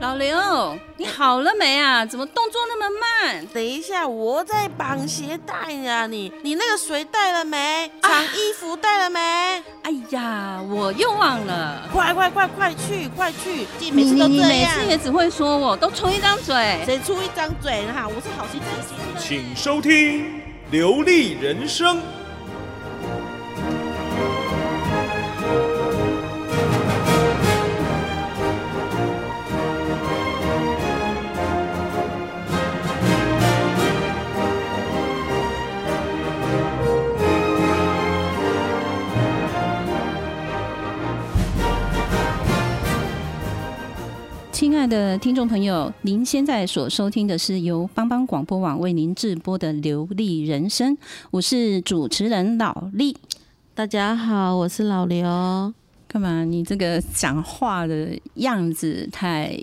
老刘，你好了没啊？怎么动作那么慢？等一下，我在绑鞋带呢。你你那个水带了没？长衣服带了没？哎呀，我又忘了。快快快快去快去！你每你次你都你这每样，次也只会说我，都出一张嘴。谁出一张嘴哈、我是好心提醒你。请收听《流利人生》。亲爱的听众朋友，您现在所收听的是由帮帮广播网为您直播的《流利人生》，我是主持人老丽。大家好，我是老刘。干嘛？你这个讲话的样子太……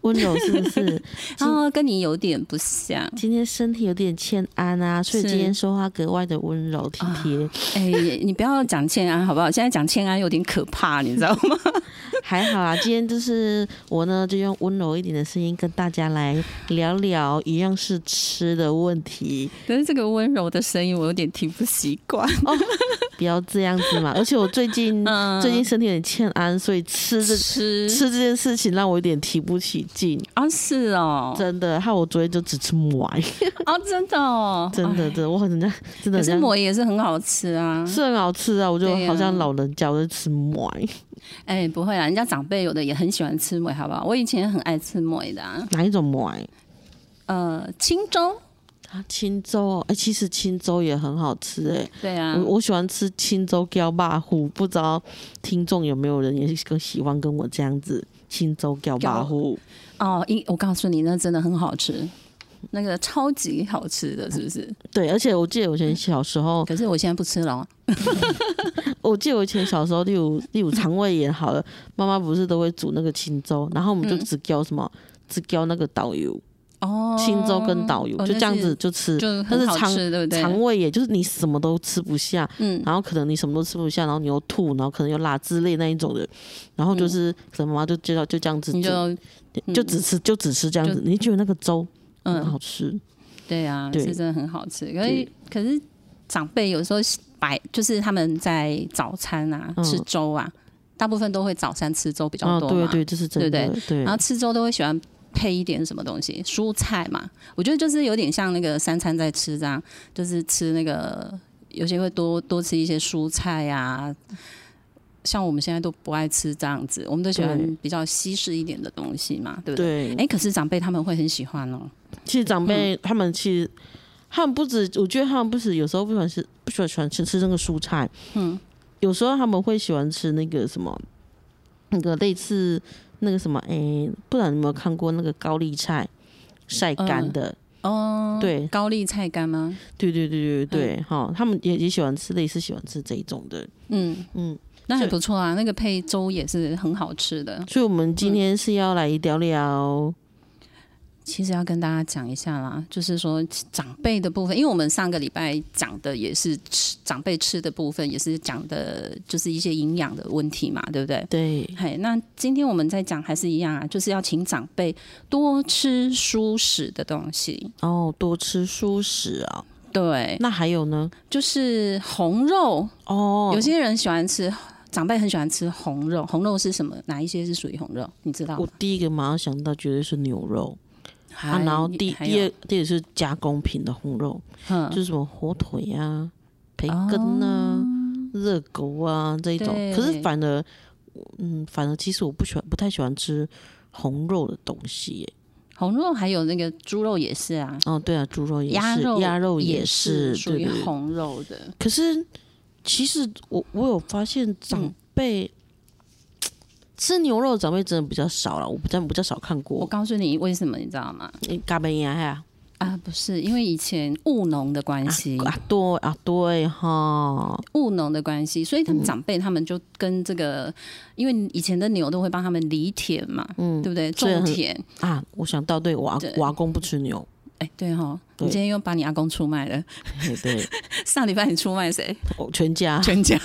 温柔是不是？ 哦，跟你有点不像。今天身体有点欠安啊，所以是今天说话格外的温柔体贴。 哎、你不要讲欠安好不好？现在讲欠安有点可怕，你知道吗？还好啊啦，今天就是我呢，就用温柔一点的声音跟大家来聊聊，一样是吃的问题。可是这个温柔的声音，我有点听不习惯。不要这样 子嘛！而且我最近、嗯最近身体有点欠安，所以吃这吃吃这件事情让我有点提不起劲，啊，是哦，真的。害我昨天就只吃馍，哎哦，真的哦，真的真的，我很像真哎。的可很是像馍也是很好吃啊，是很好吃啊！我就对啊好像老人家，我就吃馍。哎、不会啦，人家长辈有的也很喜欢吃馍，好不好？我以前很爱吃馍的、啊，哪一种馍？哎呃，青粥，啊，青粥哦，哎、其实青粥也很好吃哎、对啊我，我喜欢吃青州椒霸糊，不知道听众有没有人也是更喜欢跟我这样子青州椒霸糊。哦，一我告诉你，那真的很好吃，那个超级好吃的，是不是？对，而且我记得我以前小时候，可是我现在不吃了哦，我记得我以前小时候，例如例如肠胃炎好了，妈妈不是都会煮那个青粥，然后我们就只浇什么，只浇那个导游，嗯哦，青粥跟导游、哦就这样子那就吃是，就但很是好肠吃，对不对？肠胃炎就是你什么都吃不下，嗯，然后可能你什么都吃不下，然后你又吐，然后可能又拉之类那一种的，然后就是可能妈妈就介绍就这样子嗯你煮，就嗯就只吃就只吃这样就子，你觉得那个粥很嗯好，吃，对啊，对是真的很好吃。可是对可是长辈有时候白就是他们在早餐啊嗯吃粥啊，大部分都会早餐吃粥比较啊，多对嘛，对，这是真对的，不对然后吃粥都会喜欢。配一点什么东西，蔬菜嘛，我觉得就是有点像那个三餐在吃这样，就是吃那个有些会多多吃一些蔬菜呀、像我们现在都不爱吃这样子，我们都喜对欢比较西式一点的东西嘛，对不对？对哎、可是长辈他们会很喜欢哦，其实长辈、他们其实他们不止，我觉得他们不止有时候不喜欢吃，不喜欢喜欢吃吃那个蔬菜，嗯，有时候他们会喜欢吃那个什么，那个类似那个什么，哎、不知道你有没有看过那个高丽菜晒干的？嗯哦，对高丽菜干吗？对对对对对，哈、他们也也喜欢吃，类似喜欢吃这一种的，嗯，嗯，那很不错啊，那个配粥也是很好吃的。所以我们嗯今天是要来聊聊，其实要跟大家讲一下啦，就是说长辈的部分，因为我们上个礼拜讲的也是吃长辈吃的部分，也是讲的就是一些营养的问题嘛，对不对？对，嘿，那今天我们在讲还是一样啊，就是要请长辈多吃蔬食的东西，哦，多吃蔬食啊、对，那还有呢？就是红肉，哦有，些人喜欢吃，长辈很喜欢吃红肉，红肉是什么？哪一些是属于红肉？你知道吗我？第一个马上想到绝对是牛肉。啊，还然后第哎还第有二第二是加工品的红肉，嗯哦就是什么火腿啊、培根啊、热狗啊这一种。对可是反而，嗯，反而其实我不喜欢，不太喜欢吃红肉的东西耶。红肉还有那个猪肉也是啊，哦，对啊，猪肉也鸭是，肉鸭肉也是，属于对对对。红肉的。可是其实我我有发现长嗯辈。吃牛肉的长辈真的比较少了，我比较比较少看我过。告诉你为什么，你知道吗？诶嘎嘣呀呀，啊，不是，因为以前务农的关系，啊，对啊，对哈，务农的关嗯系，所以他们长辈他们就跟这个，因为以前的牛都会帮他们犁田嘛，嗯对不对？所以种很田，啊，我想到对我阿对我阿公不吃牛，哎，对哈，对你今天又把你阿公出卖了， 嘿对，上礼拜你出卖谁？我全啊 家，全家，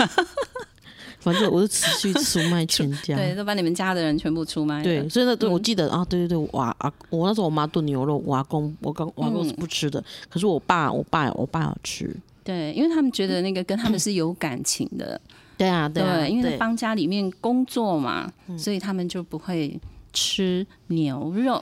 反正我就持续出卖全家。对，都把你们家的人全部出卖了，对，所以那对我嗯记得啊，对对对，我阿我那时候我妈炖牛肉，我阿公我刚我阿公是嗯不吃的，可是我爸我爸我爸有吃。对，因为他们觉得那个跟他们是有感情的，对啊，对嗯啊，对，因为在对帮家里面工作嘛，所以他们就不会吃牛肉。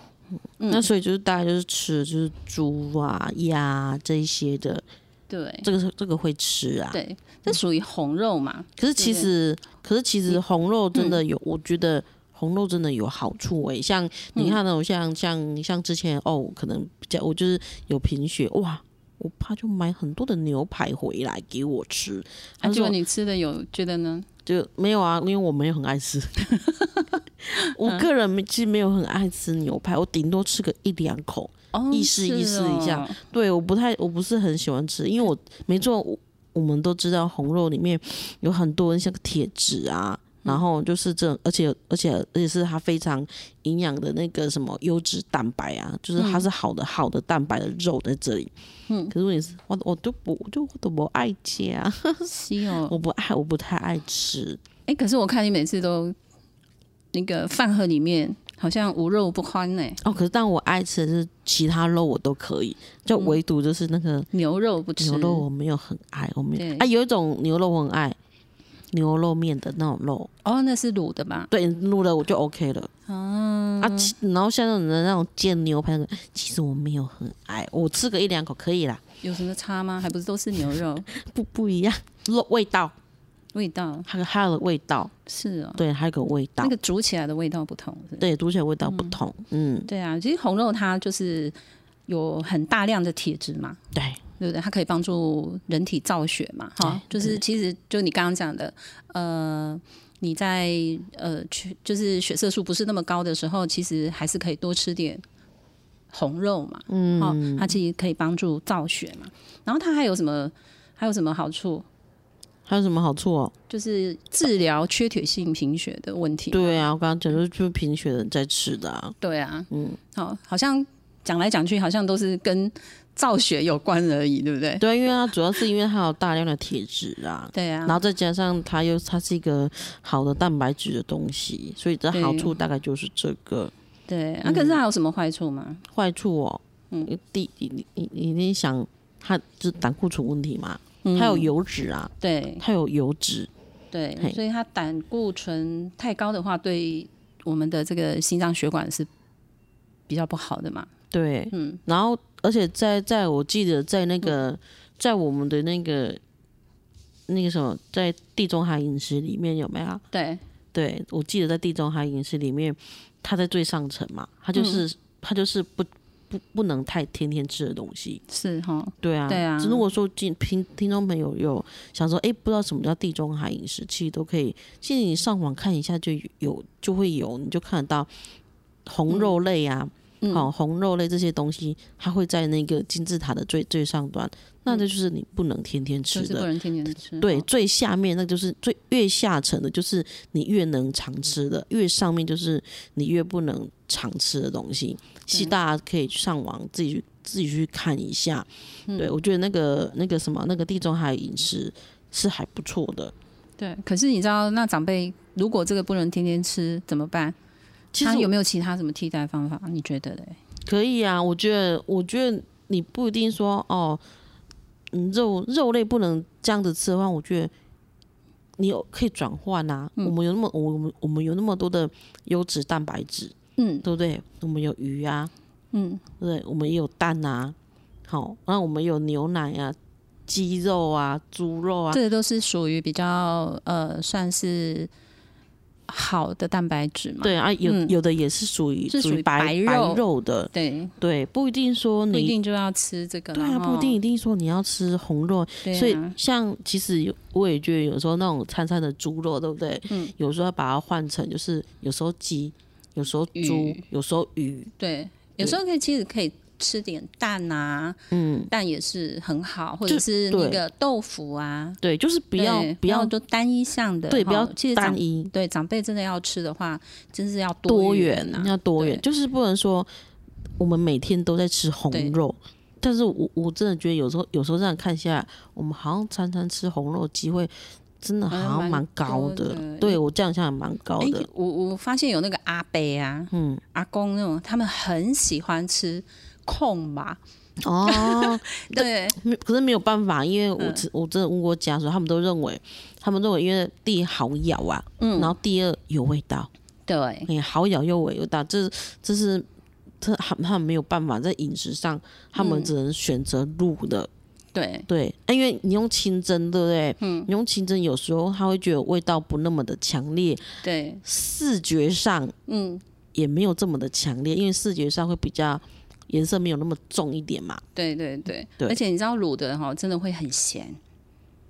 嗯那所以就是大概就是吃的就是猪啊、鸭啊这一些的，对这个是这个会吃啊。对，这属于红肉嘛？可是其对嗯实，可是其实红肉真的有，我觉得红肉真的有好处诶、像你看那种像像像之前哦，可能比较我就是有贫血哇，我爸就买很多的牛排回来给我吃，啊，他结说果你吃的有觉得呢？就没有啊，因为我没有很 爱吃，我嗯个人没其实没有很爱吃牛排，我顶多吃个一两口。哦，意识意识一下是哦对，我不太，我不是很喜欢吃，因为我没错，我我们都知道红肉里面有很多像铁质啊，然后就是这种，而且而且而且是它非常营养的那个什么优质蛋白啊，就是它是好的好的蛋白的肉在这里。嗯可是问题是，我我都不我就我都不爱吃啊， 是哦。我不爱，我不太爱吃。哎，可是我看你每次都那个饭盒里面好像无肉不欢呢、哦，可是但我爱吃的是其他肉我都可以，就唯独就是那个牛肉不吃。牛肉我没有很爱，我没对有啊，有一种牛肉我很爱，牛肉面的那种肉，哦，那是卤的吧？对，卤了我就 OK 了。啊其然后像那种那种煎牛排那个，其实我没有很爱，我吃个一两口可以啦，有什么差吗？还不是都是牛 肉不不一样，肉味道，味道？还有还有味道，是哦，对，啊还有个味道，那个煮起来的味道不同。是不是对，读起来味道不同，嗯，对啊，其实红肉它就是有很大量的铁质嘛，对，对不对？它可以帮助人体造血嘛，哈，就对嗯是其实就你刚刚讲的，呃，你在呃去就是血色素不是那么高的时候，其实还是可以多吃点红肉嘛，嗯，好，它其实可以帮助造血嘛。然后它还有什么还有什么好处？还有什么好处哦？就是治疗缺铁性贫血的问题。对啊，我刚刚讲就是就是贫血的人在吃的啊，对啊，嗯嗯，好，好像讲来讲去，好像都是跟造血有关而已，对不对？对啊，因为它主要是因为它有大量的铁质啊，对啊然，后再加上它又它是一个好的蛋白质的东西，所以这对好处大概就是这个对啊，嗯可是还有什么坏处吗？坏处哦。嗯，第你你你你你想，它就是胆固醇问题嘛，嗯它有油脂啊，对它有油脂，对嘿，所以它胆固醇太高的话，对我们的这个心脏血管是比较不好的嘛。对，嗯，然后而且在在我记得在那个、在我们的那个那个什么，在地中海饮食里面有没有？对，对，我记得在地中海饮食里面，它在最上层嘛，它就是、它就是不不不能太天天吃的东西。是哈，对啊，对啊如果说听听听众朋友有想说，哎，不知道什么叫地中海饮食，其实都可以，其实你上网看一下就有就会有，你就看得到红肉类啊，嗯好、红肉类这些东西，它会在那个金字塔的最最上端，那嗯这就是你不能天天吃就是的。不能天天吃。对，哈最下面那就是最越下层的，就是你越能嗯常吃的；越上面就是你越不能常吃的东西。其实对大家可以上网自己去自己去看一下。嗯对我觉得那个那个什么那个地中海饮食是还不错的。对，可是你知道，那长辈如果这个不能天天吃怎么办？其他实有有没有其他什么替代方法？你觉得嘞？可以啊，我觉得我觉得你不一定说哦，嗯，肉肉类不能这样子吃的话，我觉得。你有可以转换啊，嗯我们有那么我们我们有那么多的优质蛋白质，嗯对不对？我们有鱼啊，嗯，对，我们也有蛋啊，好，那我们有牛奶啊、鸡肉啊、猪肉啊，这都是属于比较呃，算是好的蛋白质嘛。对啊，有、嗯有的也是属于是属属于于白白肉肉的，对，对，不一定说不一你。定就要吃这个啦。对哈啊，不一定一定说你要吃红肉，对啊所以像其实有我也觉得有时候那种餐餐的猪肉，对不对？嗯，有时候要把它换成就是有时候鸡，有时候猪鱼，有时候鱼，对，有时候可以其实可以吃点蛋啊，嗯，蛋也是很好，或者就是那对个豆腐啊，对，就是不要对不要就单一项的哈，对不要其实长单一对长辈真的要吃的话，真是要多元啊，要多元，对就是不能说我们每天都在吃红对肉。但是我我真的觉得有时候有时候这样看下来，我们好像常常吃红肉的机会真的好好像哎像蛮蛮高多的，的对我这样想也蛮高哎、的，我我发现有那个阿伯啊、嗯，阿公那种，他们很喜欢吃控麻，哦，对，没可是没有办法，因为嗯我只、我真的问过家属，他们都认为，他们认为因为第一好咬啊，嗯，然后第二有味道，对，哎、好咬又味又大，这这是这他们他们没有办法在饮食上，他们嗯只能选择路的，对，对，啊因为你用清蒸，对不对？嗯，你用清蒸有时候他会觉得味道不那么的强烈，对，视觉上嗯，也没有这么的强烈，因为视觉上会比较颜色没有那么重一点嘛。对对对，对而且你知道卤的哈，真的会很咸，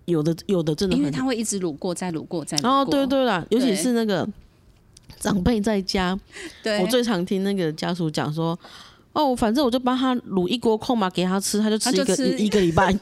有的有的真的因为很它会一直卤过，再卤过，再卤嗯哦，过对对啦，尤其对是那个长辈在家，对，我最常听那个家属讲说，哦，反正我就帮他卤一锅空嘛给他吃，他就吃他一就个吃一一个 礼拜。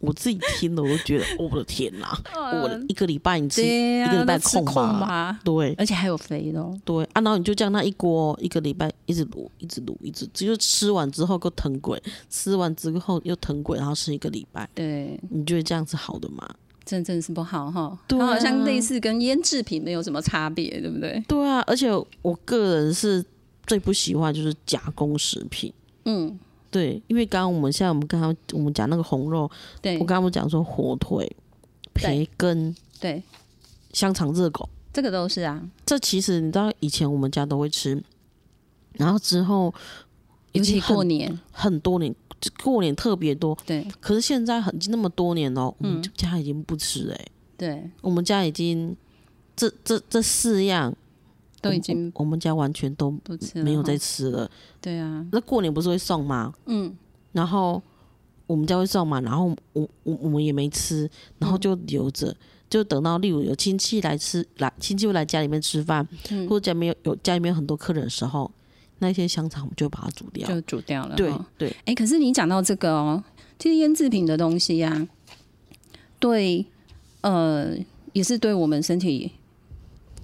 我自己听了我都觉得，哦我的天哪！我的一个礼拜你吃啊对一呀、个礼拜那吃空控嘛？麻，对而且还有肥哦肉，对啊，然后你就这样那一锅一个礼拜一直卤，一直卤，一直只就吃完之后又腾鬼，吃完之后又腾鬼，然后吃一个礼拜，对，你觉得这样是好的吗？真真的是不好哈，对它好像啊类似跟腌制品没有什么差别，对不对？对啊，而且我个人是最不喜欢就是加工食品。嗯，对，因为刚刚我们现在我们刚刚我们讲那个红肉，对我刚刚讲说火腿、培根、对，香肠、热狗，这个都是啊，这其实你知道以前我们家都会吃，然后之后已尤其经很过年，很多年，就过年特别多，对可是现在很那么多年哦，嗯我们家已经不吃哎、对，我们家已经这这这四样都我已们经我我们家完全都不吃了，没有在。吃了。对啊，那过年不是会送吗？嗯，然后我们家会送嘛，然后我我我们也没吃，然后就留着，就等到例如有亲戚来吃来亲戚会来家里面吃饭，嗯或者家里面有有家里面有很多客人的时候，那些香肠我们就会把它煮掉。就煮掉了。对哈对，哎、可是你讲到这个哦，其实腌制品的东西呀、对，呃，也是对我们身体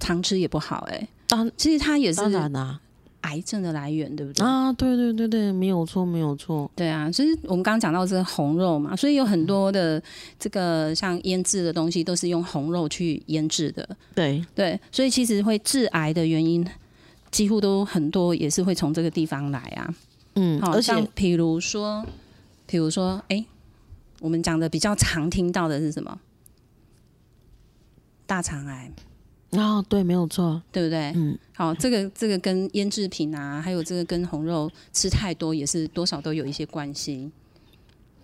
常吃也不好、哎，当其实它也是嗯当然啦、癌症的来源，对不对？啊，啊，对对对对，没有错没有错，对啊，所以我们刚刚讲到这个红肉嘛，所以有很多的这个像腌制的东西都是用红肉去腌制的，对对，所以其实会致癌的原因几乎都很多，也是会从这个地方来啊。嗯，好、而且像比如说，比如说，哎、我们讲的比较常听到的是什么？大肠癌，啊，对，没有错，对不对？嗯，好，这个这个跟腌制品啊，还有这个跟红肉吃太多也是多少都有一些关系。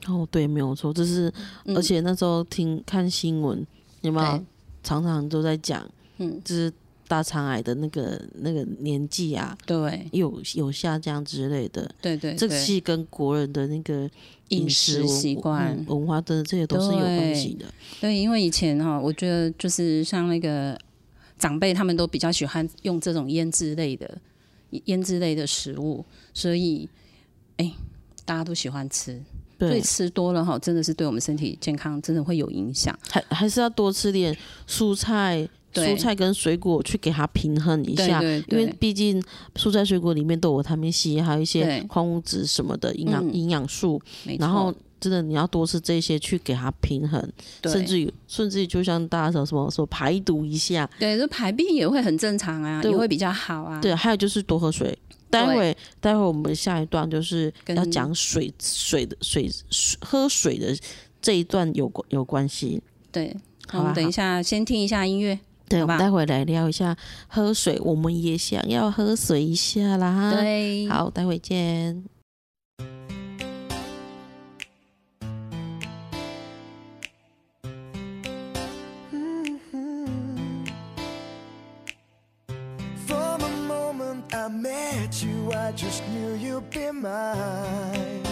哦，对，没有错，就是，嗯而且那时候听看新闻，有没有对常常都在讲，嗯，就是大肠癌的那个那个年纪啊，对有有下降之类的，对对，这对是跟国人的那个饮食食文习惯嗯，文化真的这些都是有关系的，对，因为以前哈、我觉得就是像那个长辈他们都比较喜欢用这种腌制类的腌制类的食物，所以哎，大家都喜欢吃，所以对，吃多了哈、真的是对我们身体健康真的会有影响。还还是要多吃点蔬菜。对蔬菜跟水果去给它平衡一对下，对因为对毕竟蔬菜水果里面都有维他命 C，还有一些对矿物质什么的营嗯养营养素，没错，然后真的你要多吃这些去给它平衡，对甚至于甚至于就像大家说什么说排毒一下，对，就排便也会很正常啊，对也我会比较好啊。对，还有就是多喝水。待会待会我们下一段就是跟要讲水水的水水喝水的这一段有关有关系，对，那好我吧？们等一好啊下先听一下音乐。对，好我吧们待会来聊一下喝水，我们也想要喝水一下啦。，对，嗯好，待会见。 From the moment I met you, I just knew you'd be mine.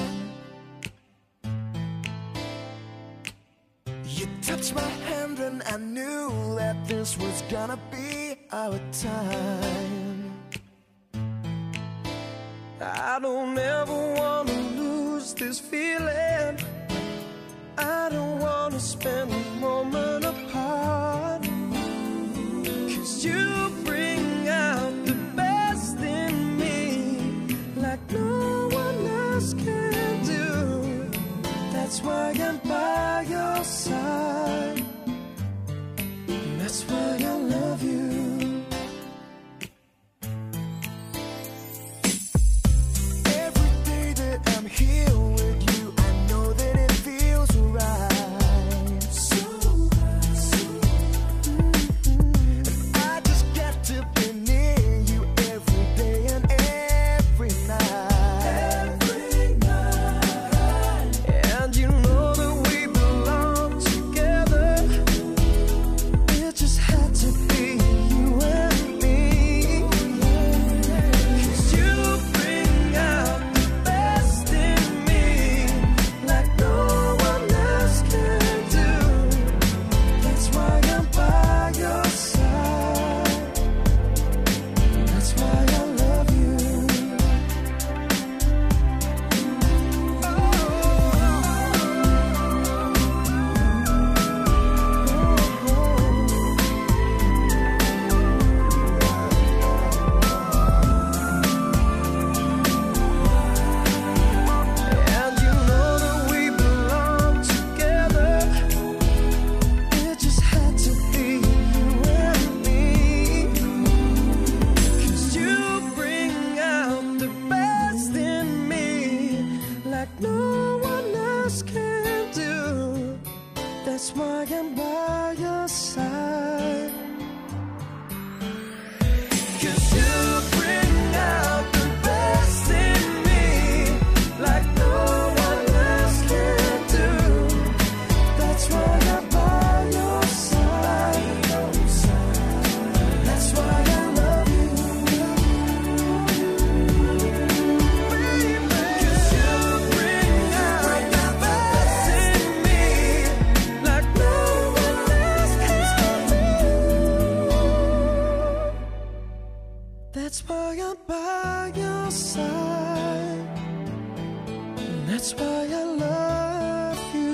You touched my hand, and I knew that this was gonna be our time. I I don't ever want to lose this feeling. I don't want to spend a moment apart. Cause you bring out the best in me, like no one else can do. That's why I'm by your side. And That's why I love you. Every day that I'm here with you, I know that it feels right. So right, so I just got to be near you every day and every night. Every night. And you know that we belong together. It just had to be you and me. 'Cause you bring out the best in me, like no one else can do. That's why I'm by your side. That's why I love you. And you know that we belong together. It just had to be you and me. 'Cause you bring out the best in me, like no one else can do. That's why I'm by your side. 'Cause you bring out the best in me, like no one else can do. That's why I'm by your side. That's why I love you. Cause you bring out the best in me, like no one else can do. That's why I'm by your side. And That's why I love you.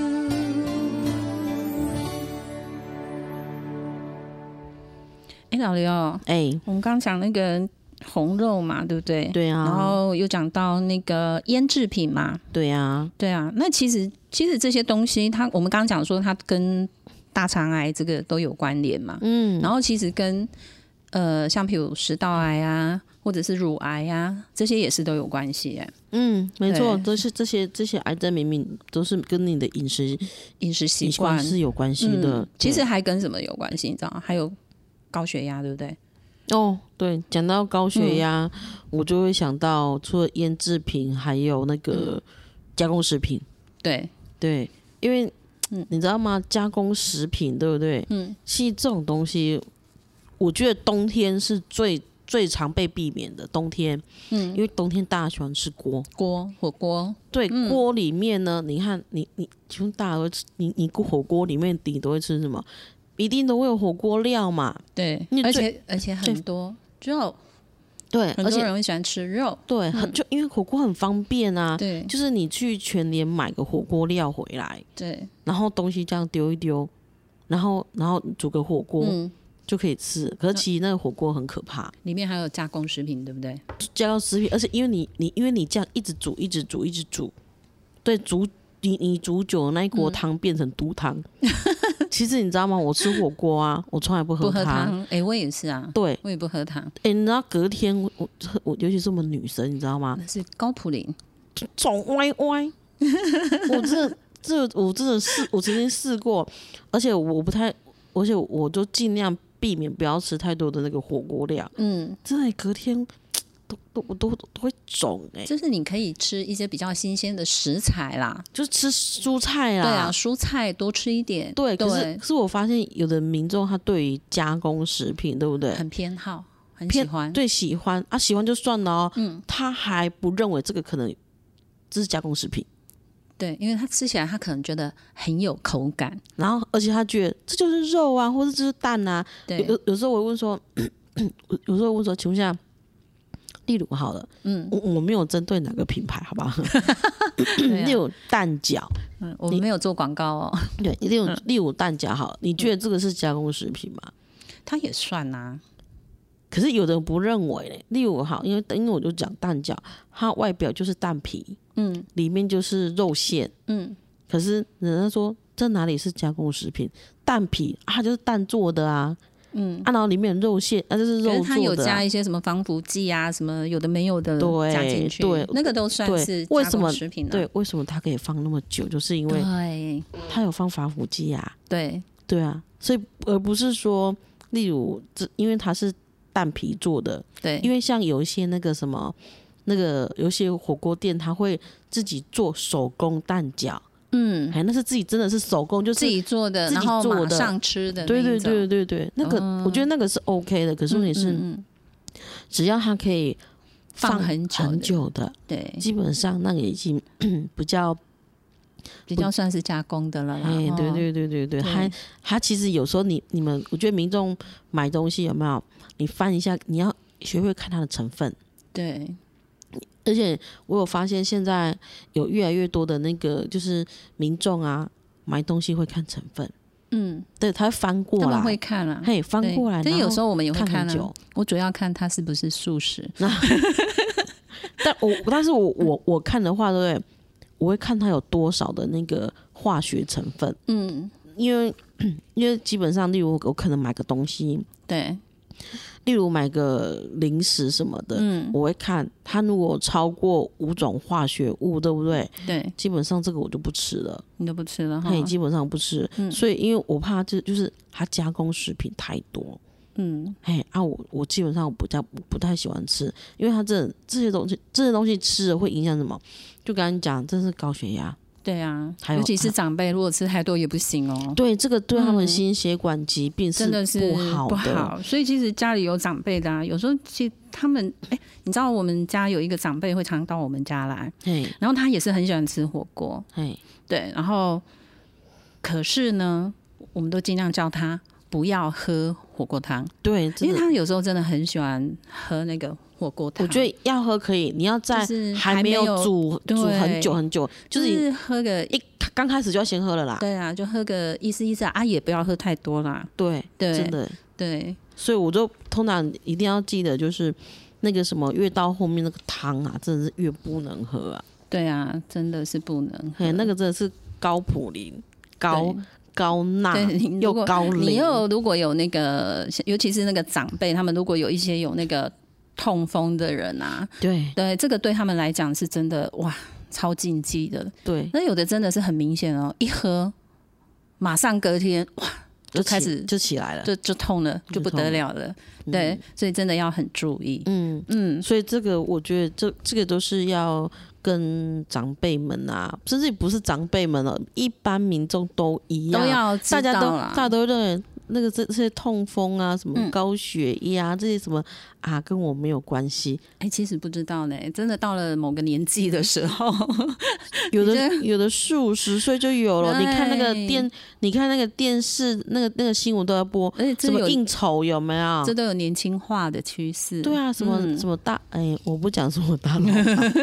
哎、老刘，哎、我们刚讲那个红肉嘛，对不对？对啊然后又讲到那个腌制品嘛，对啊，对啊。那其实其实这些东西它，我们刚刚讲说它跟大肠癌这个都有关联嘛。嗯，然后其实跟呃，像譬如食道癌啊，或者是乳癌啊，这些也是都有关系耶。嗯，没错，对都是这些这些癌症明明都是跟你的饮食饮食习习惯惯是有关系的。嗯，其实对还跟什么有关系？你知道吗，还有高血压，对不对？哦，对，讲到高嗯血压，我就会想到除了腌制品，还有那个嗯加工食品。对，对，因为、嗯你知道吗？加工食品对不对？嗯，其实这种东西，我觉得冬天是最最常被避免的。冬天，嗯因为冬天大家喜欢吃锅，锅火锅，对，锅里面呢，你看你你，请问大家会吃你你火锅里面你都会吃什么？一定都会有火锅料嘛，对你，而最且而且很多肉，对，很而多且人会喜欢吃肉，对，很、就因为火锅很方便啊，对就是你去全年买个火锅料回来，对，然后东西这样丢一丢，然后然后煮个火锅、嗯，就可以吃。可是其实那个火锅很可怕，里面还有加工食品，对不对？加到食品，而且因为你你因为你这样一直煮一直煮一直煮，对煮你你煮久了那一锅汤变成毒 汤。其实你知道吗？我吃火锅啊， 我从来不不喝喝汤，哎，我也是啊，对，我也不喝汤，哎、你知道隔天我我我尤其是我们女生，你知道吗？那是高普林，肿歪 歪。我真的，这我真的试，我曾经试过，而且我不太，而且我就尽量避免不要吃太多的那个火锅料，嗯，真的隔天都都我都都会肿哎、就是你可以吃一些比较新鲜的食材啦，就吃蔬菜对啊，啊。蔬菜多吃一点，对，可是对可，是我发现有的民众他对于加工食品，对不对？很偏好，很喜偏欢，嗯对喜欢啊，喜欢就算了哦，他还不认为这个可能这是加工食品，对，因为他吃起来他可能觉得很有口感，然后而且他觉得这就是肉啊，或者这是蛋啊，对 有有有时候我会问说，有有时候我问说，请问一下，例如好了，嗯，我我没有针对哪个品牌，好不 好？对啊例如蛋饺，嗯，我们没有做广告哦， 对，例如例如蛋饺好了，你觉得嗯这个是加工食品吗？它也算啊呐、可是有的人不认为嘞，例如好，因为因为我就讲蛋饺，它外表就是蛋皮，嗯里面就是肉馅，嗯，可是人家说这哪里是加工食品？蛋皮啊，它就是蛋做的啊，嗯，啊，然后里面有肉馅，啊，就是可肉是它有做的啊、加一些什么防腐剂啊，什么有的没有的对加进去，对那个都算对是为加什工么食品、啊，对，为什么它可以放那么久？就是因为对它有放防腐剂啊，对对啊，所以而不是说，例如这，因为它是蛋皮做的，对，因为像有一些那个什么，那个有一些火锅店，他会自己做手工蛋饺，嗯哎，那是自己真的是手工，就是自己做的，自己然后做马的上吃的那对一对种，哦对对对，那个、我觉得那个是 OK 的，可是问题是，嗯嗯嗯只要它可以放很久的很久的，对，基本上那个已经 比较，比较算是加工的了啦，哎，对哦对对对对，对它它其实有时候你你们，我觉得民众买东西有没有，你翻一下，你要学会看它的成分。对，而且我有发现，现在有越来越多的那个就是民众啊，买东西会看成分，嗯，对，他会翻他过们会来，看啊啦，嘿，翻对过来，但然有后时候我们也会看很看啊久。我主要看它是不是素食，但 我但是我我我看的话，对不对？我会看它有多少的那个化学成分，嗯，因为因为基本上，例如我可能买个东西，对，例如买个零食什么的，嗯，我会看它如果超过五种化学物，对不对？对基本上这个我就不吃了。你都不吃了哈他，也基本上不吃，嗯所以因为我怕这就是它加工食品太多，嗯，嘿啊我我基本上我不太不太喜欢吃，因为它这这些东西这些东西吃了会影响什么？就刚刚讲，这是高血压，对啊，还有尤其是长辈，如果吃太多也不行哦，对这个对他们嗯心血管疾病真的是不好不的，好。所以其实家里有长辈的、啊，有时候其实他们，哎、你知道我们家有一个长辈会常到我们家来，嘿然后他也是很喜欢吃火锅，嘿，对，然后可是呢，我们都尽量叫他不要喝火锅汤，对，因真为的，他有时候真的很喜欢喝那个火锅汤。我觉得要喝可以，你要在就是还还没没有煮煮很对久很久，就就是是喝个一刚开始就要先喝了啦，对啊，就喝个意思意思啊，啊也不要喝太多啦。对对真的，对，所以我就通常一定要记得，就是那个什么，越到后面那个汤啊，真的是越不能喝啊，对啊，真的是不能喝嘿，那个真的是高普林、高嗯对高钠对你又如果高磷，你又如果有那个，尤其是那个长辈，他们如果有一些有那个痛风的人啊，对对这个对他们来讲是真的哇，超禁忌的。对，那有的真的是很明显哦，一喝马上隔天哇就开起始就起来了，就就痛了，就不得了了。对，所以真的要很注意。嗯，嗯，所以这个我觉得这这个都是要跟长辈们啊，甚至不是长辈们了、一般民众都一样，都要知大家都道啦大家都认为那个这这些痛风啊，什么嗯高血压、这些什么啊，跟我没有关系，哎、其实不知道呢，真的到了某个年纪的时候，有的你哎有的四五十岁就有了，你看那个对电，你看那个电视，那个那个新闻都在播， 而且这什么有应酬有没有这？都有年轻化的趋势。对啊，什么、嗯什么大哎、我不讲什么大佬 吧，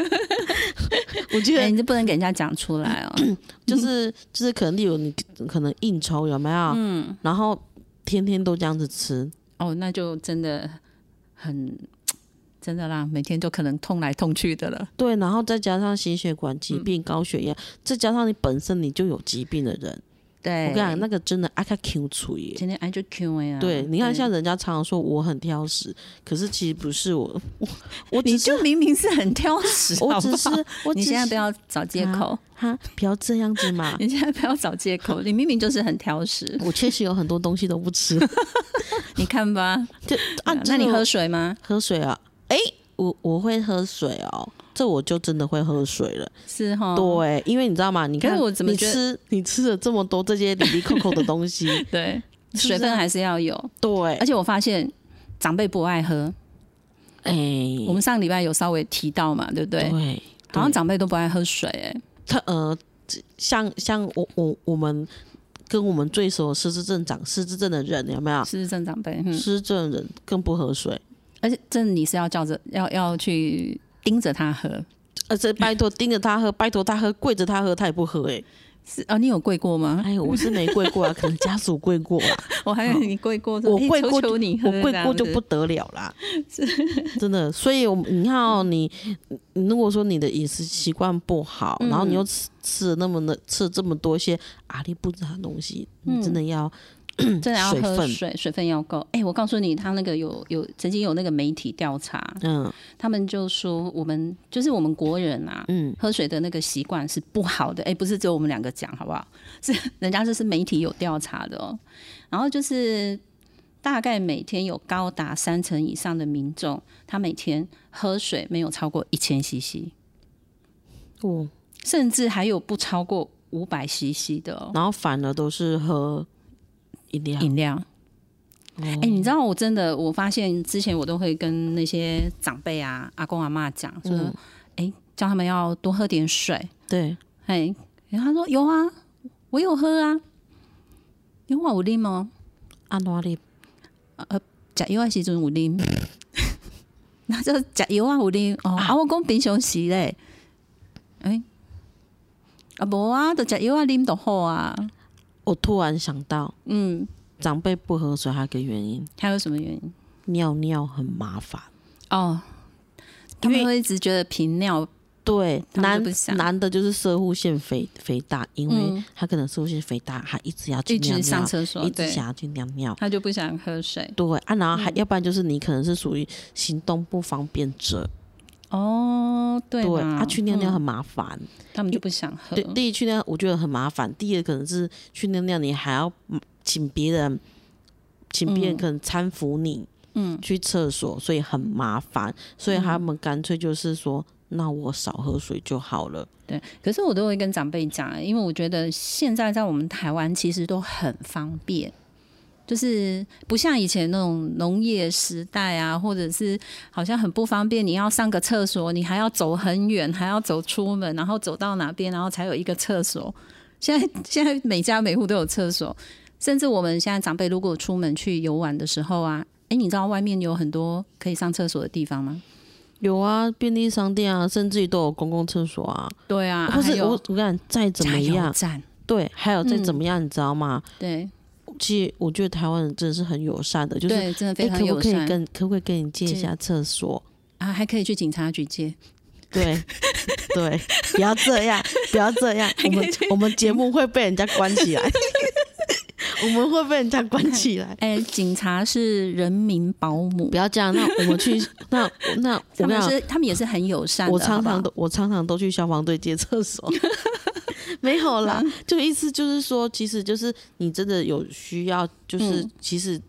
我觉哎，得你就不能给人家讲出来 哦。就是就是可能例如你可能应酬有没有？嗯，然后天天都这样子吃，哦，那就真的很真的啦，每天都可能痛来痛去的了。对，然后再加上心血管嗯疾病、高血压，再加上你本身你就有疾病的人，我对跟你讲，那个真的啊阿卡 Q 出 耶。今天 I 就 Q A 啊，对，你看像人家常常说我很挑食，可是其实不是我，我我只你是就明明是很挑食，我好不只是好我只你是现在不要找借口。啊，哈，不要这样子嘛 你现在不要找借口，你明明就是很挑食。我确实有很多东西都不 吃，啊你看吧，就啊，那真的你我喝水吗？喝水啊？哎、我我会喝水哦，这我就真的会喝水了。是哈，对，因为你知道吗？你哦可是看我怎么你觉得吃你吃了这么多这些里里扣扣的东西， 对，是不是水分还是要有。对，而且我发现长辈不爱喝，哎、我们上礼拜有稍微提到嘛，对不对？对，好像长辈都不爱喝水、哎，他呃，像像我我我们跟我们最熟的失智症长失智症的人有没有？是不是正长辈？嗯，失智症人更不喝水，而且这你是要叫着要要去盯着他喝，而且 拜托盯着他喝，拜托他喝，跪着他喝，他也不喝哎、是哦，你有跪过吗？ 哎呦，我是没跪过啊，可能家属跪过啦，我还有你跪过，说我哎跪求过求就你喝我跪这样过就子不得了 啦，真的。所以我们你看哦，你你如果说你的饮食习惯不好，嗯然后你又吃吃了那么的吃了这么多一些阿里不杂的东西，嗯你真的要真的要水喝分水，水分要够。哎、我告诉你，他那个有有曾经有那个媒体调查，嗯他们就说我们就是我们国人啊，嗯喝水的那个习惯是不好的。哎、不是只有我们两个讲好不好？ 是人家这是媒体有调查的哦。然后就是大概每天有高达三成以上的民众，他每天喝水没有超过一千 CC，哦，甚至还有不超过五百 CC 的哦。然后反而都是喝饮料，饮料。哎、你知道我真的，我发现之前我都会跟那些长辈啊、阿公阿妈讲，说，哎、叫他们要多喝点水。对，哎、然后他说有啊，我有喝啊，有啊，有啉哦，阿诺利食药的时阵有啉， 那就食药啊有啉哦。啊，我讲平常时咧，哎、啊无啊，就食药啊啉就好啊。我突然想到，嗯，长辈不喝水还有一个原因，还有什么原因？尿尿很麻烦。哦，他们会一直觉得频尿对，他们男就不想男的就是射护腺肥肥大，因为嗯他可能射护腺肥大，他一直要去一尿尿，直上厕所，一直对，嗯想要去尿尿。他就不想喝水。对啊，然后还、要不然就是你可能是属于行动不方便者，哦，对对，嘛他、去尿尿很嗯麻烦。他们就不想喝对，。第一去尿我觉得很麻烦，第二可能是去尿尿你还要请别人，请别人嗯可能搀扶你，嗯，去厕所，所以很麻烦，所以他们干脆就是说，那我少喝水就好了。对。可是我都会跟长辈讲，因为我觉得现在在我们台湾其实都很方便。就是不像以前那种农业时代啊，或者是好像很不方便，你要上个厕所，你还要走很远，还要走出门，然后走到哪边，然后才有一个厕所。现在现在每家每户都有厕所，甚至我们现在长辈如果出门去游玩的时候啊，诶，你知道外面有很多可以上厕所的地方吗？有啊，便利商店啊，甚至于都有公共厕所啊。对啊，还或是有我我跟你讲，再怎么加油样，站？对，还有再怎么样，你知道吗？对其实我觉得台湾人真的是很友善的，就是对，真的哎、非常可不友可以善跟可不可以跟你借一借下厕所？啊，还可以去警察局借。对对，不要这样，不要 这样，我们我们节目会被人家关起来， 我们会被人家关起来。哎，警察是人民保姆不，要这样，那我们去，那那我他跟你们讲，是他们也是很友善的，我常好常不好都我常常都去消防队借厕 所，没有啦，就意思就是说，其实就是你真的有需要，就是、嗯其实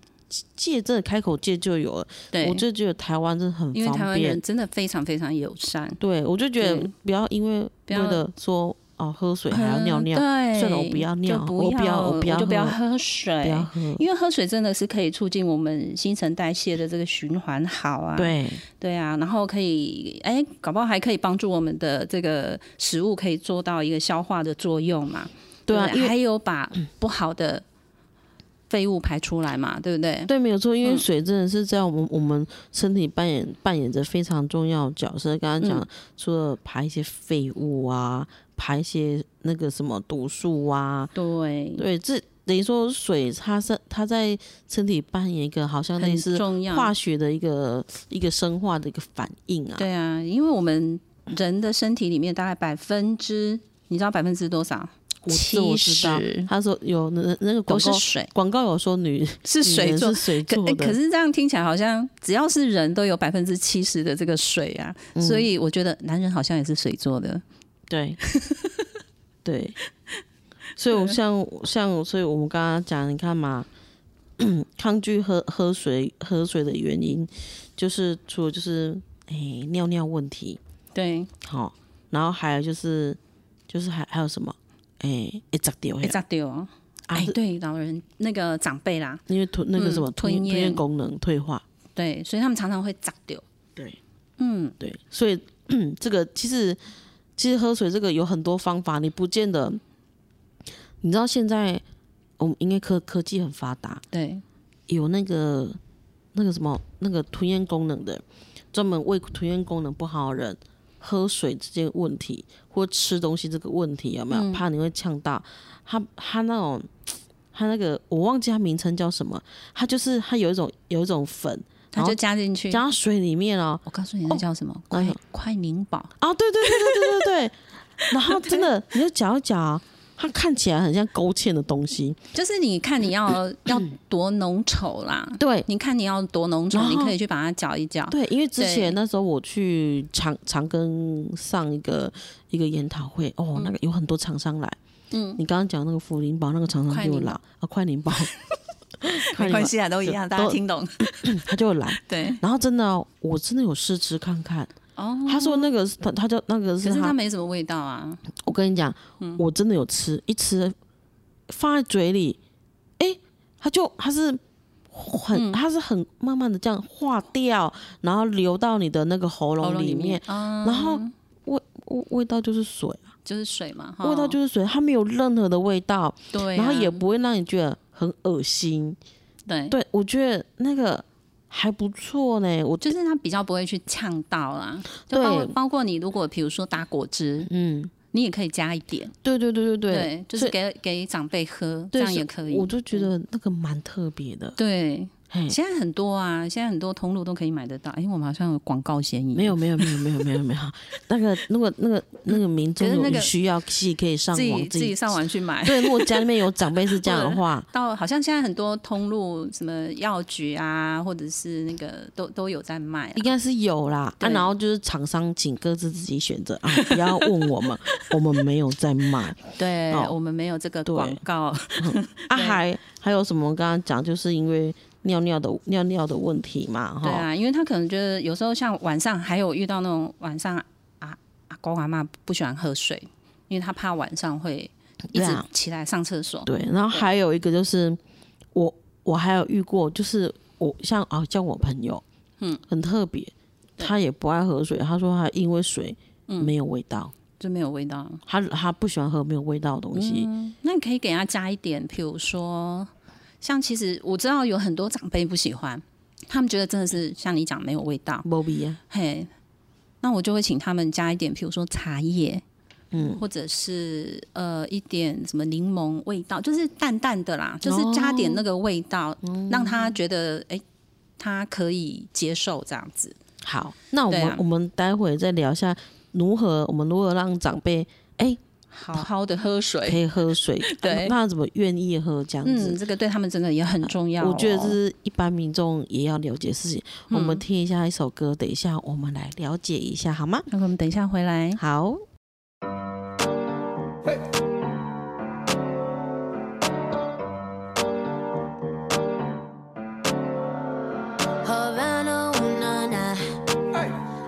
借真的开口借就有了。对我，就觉得台湾真的很因为台方湾人便，真的非常非常友善。对我就觉得对不要因为不为要了说哦喝水还要尿嗯尿，对，算了我不要尿就我不要要，我不要就不要喝喝水，不要喝，因为喝水真的是可以促进我们新陈代谢的这个循环好啊，对对啊，然后可以哎，搞不好还可以帮助我们的这个食物可以做到一个消化的作用嘛，对啊，不因为还有把不好的废物排出来嘛，对不对？对，没有错，因为嗯水真的是在我们、我们身体扮演扮演着非常重要的角色。刚刚讲，嗯除了排一些废物啊，排一些那个什么毒素啊，对，对，这等于说水它是它在身体扮演一个好像类很似重要。化学的一个一个生化的一个反应啊。对啊，因为我们人的身体里面大概百分之，你知道百分之多少？我这我知道70，他说有那那个都广是告水，广告有说女是女水人做是。水可做诶的，可是这样听起来好像只要是人都有百分之七十的这个水啊，嗯所以我觉得男人好像也是水做的。对， 对，所以我像像，所以我们刚刚讲，你看嘛， 抗拒喝喝水喝水的原因，就是除了就是哎、尿尿问题，对，好，然后还有就是就是还还有什么，哎、一直掉会炸掉哦。啊哎，，是对，老人那个长辈啦，因为吞那个什么嗯吞吞咽咽吞咽功能退化，对，所以他们常常会炸掉。对嗯，对，所以 这个其实其实喝水这个有很多方法，你不见得，你知道现在我们应该科科技很发达，对，有那个那个什么那个吞咽功能的，专门胃吞咽功能不好的人喝水这件问题，或吃东西这个问题有没有？怕你会呛到，他他那种。他那个我忘记他名称叫什么，他就是他有一种有一种粉，它然后就加进去。加到水里面哦，嗯我告诉你，那叫什么？快那个快凝宝，啊，对对对对对对对，然后真的你就搅一搅，它看起来很像勾芡的东西，就是你看你 要要多浓稠啦，对你看你要多浓稠然，后你可以去把它搅一搅。对，因为之啊对前那时候我去长长庚上一个一个研讨会，哦，那个有很多厂商来，嗯，你刚刚讲那个福林宝那个厂商快就有宁来啊，快宁宝，快没宁关宝系啊，都一样，就大家都听 懂。他就有来，对，然后真的哦我真的有试吃看看，哦，他说那个是他他就那个是可是嗯它他，没什么味道啊。我跟你讲，我真的有吃，一吃放在嘴里，哎、它就它是嗯很、它是很慢慢的这样化掉，然后流到你的那个喉喉咙咙里里面嗯面，，然后味味味道就是水啊，就是水嘛，哈味道就是水，它没有任何的味道，对啊，然后也不会让你觉得很恶心。对，对我觉得那个还不错呢，我就是它比较不会去呛到啦。就对包包括你如果比如说打果汁，嗯，你也可以加一点，对对对对对，对，就是所以给给长辈喝，这对样所也可以嗯我。就觉得那个蛮特别的，对，嘿。现在很多啊，现在很多通路都可以买得到。因为我们好像有广告嫌疑，没有没有没有没有没有没有，那个如果那个那个民众可是那个有需要，自己可以上自网己自己上。网去买。，对，如果家里面有长辈是这样的话 到好像现在很多通路，什么药局啊，或者是那个都都有在卖、啊应。该是有啦。啊，对然后就是厂商请各自自己选择啊， 不要问我们， 我们没有在卖。对、哦我们没有这个对广告，啊，对还还有什么？刚刚讲就是因为尿尿的尿尿的问题嘛，对哈。啊，因为他可能觉得有时候像晚上还有遇到那种晚上啊阿公阿妈不喜欢喝水，因为他怕晚上会一对直啊起来上厕所。对，然后还有一个就是我我还有遇过，就是我像啊像我朋友，嗯，很特别，他也不爱喝水，他说他因为水嗯没有味道。就没有味道。他他不喜欢喝没有味道的东西，那你可以给他加一点，比如说，像其实我知道有很多长辈不喜欢，他们觉得真的是像你讲没有味道，没必要。嘿，那我就会请他们加一点，比如说茶叶，嗯，或者是呃一点什么柠檬味道，就是淡淡的啦，就是加点那个味道，哦嗯让他觉得哎、他可以接受这样子。好，那我对们、啊我们待会再聊一下如何我们如何让长辈好好的喝可水，以喝水， 啊对那怎么愿意喝这样嗯，子。这个对他们真的也很重要哦、嗯我觉得这是一般民众也要了解的事情。我们听一下一首歌，等一下我们来了解一下好吗？那我们等一下回来。好， Havana, ooh, nah, nah.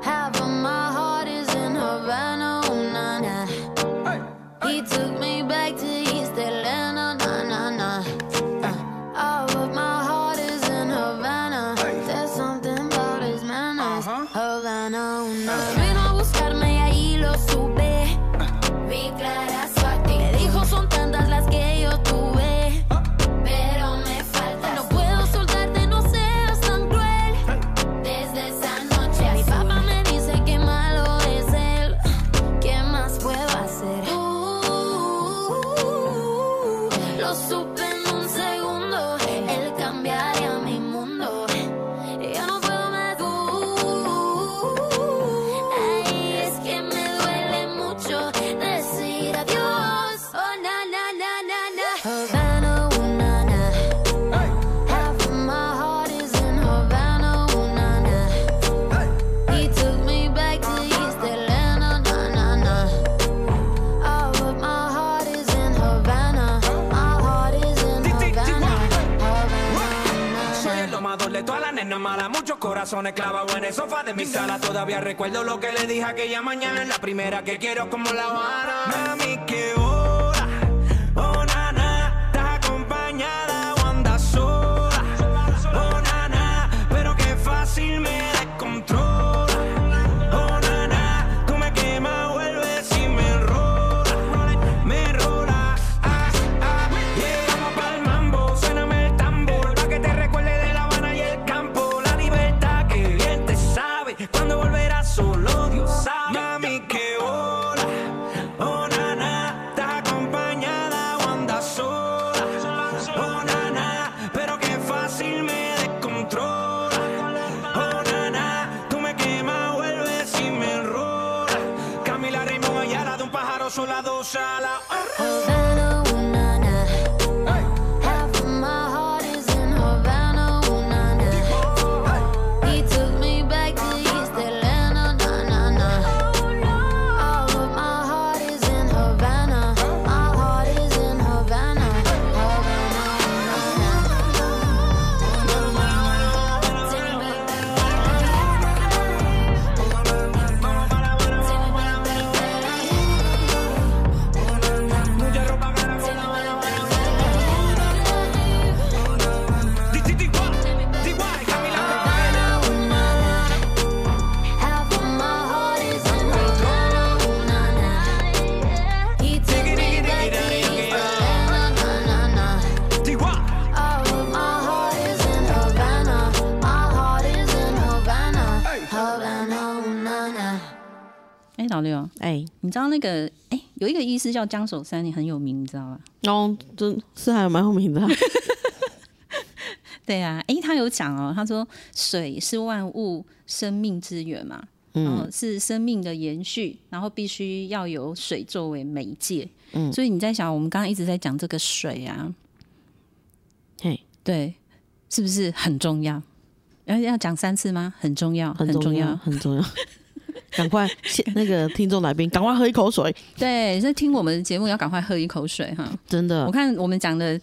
Half of my heart is in Havana, ooh, nah, nah. He took me back to East Atlanta, nah, nah, nah. Uh, all of my heart is in Havana. There's something about his manners. Havana, ooh, nah, nah. Ven a buscarme y ahí lo supe. Mi clara suerte. Me dijo son tantas las que yo tuve. Pero me falta. No puedo soltarte, no seas tan cruel. Desde esa noche mi papá me dice que malo es él. ¿Qué más puedo hacer? Uh, lo supe en un segundo. Él cambiaría mi mundo. Ya no puedo más. Uh, ay, es que me duele mucho decir adiós. Oh, na, na, na, na, na. Havana, uh, na, na. Half of my heart is in Havana, ooh, na, na. He took me back to East Atlanta, na, na, na. All of my heart is in Havana. My heart is in Havana. Soy Havana, el domador de todas las nenas malas, muchos corazones clavados en el sofá de mi sala. Todavía recuerdo lo que le dije aquella mañana. Es la primera que quiero es como la Habana. Mami, qué hora, oh nana. Estás acompañada o andas sola, oh nana. Pero qué fácil me descontrola, oh nana. Tú me quemas, vuelves y me enrola, me enrola. Ah, ah, yeah, vamos pa'l mambo, suéname el tambor, pa' que te recuerde de La Habana y el campo. La de un pájaro sola dos alas. Havana, ooh, na, na. Half of my heart is in Havana, ooh, na, na. He took me back to East Atlanta, na, na, na. All of my heart is in Havana. My heart is in Havana. Half of my heart is in Havana, ooh, na, na. He took me back to East Atlanta, na, na, na. All of my heart is in Havana. My heart is in Havana. Havana, ooh, na, na. 哎、老六，哎、你知道那个哎、有一个医师叫江守山，你很有名，你知道吧？哦，真是还蛮有 名的啊、对啊，哎、他有讲哦，他说水是万物生命之源嘛，嗯、是生命的延续，然后必须要有水作为媒介。嗯，所以你在想，我们刚刚一直在讲这个水啊，嘿，对，是不是很重要？要要讲三次吗？很重要，很重重要，很重要。 赶快，先那个听众来宾，赶快喝一口水，对，所以听我们的节目要赶快喝一口水哈。真我的。看我们讲了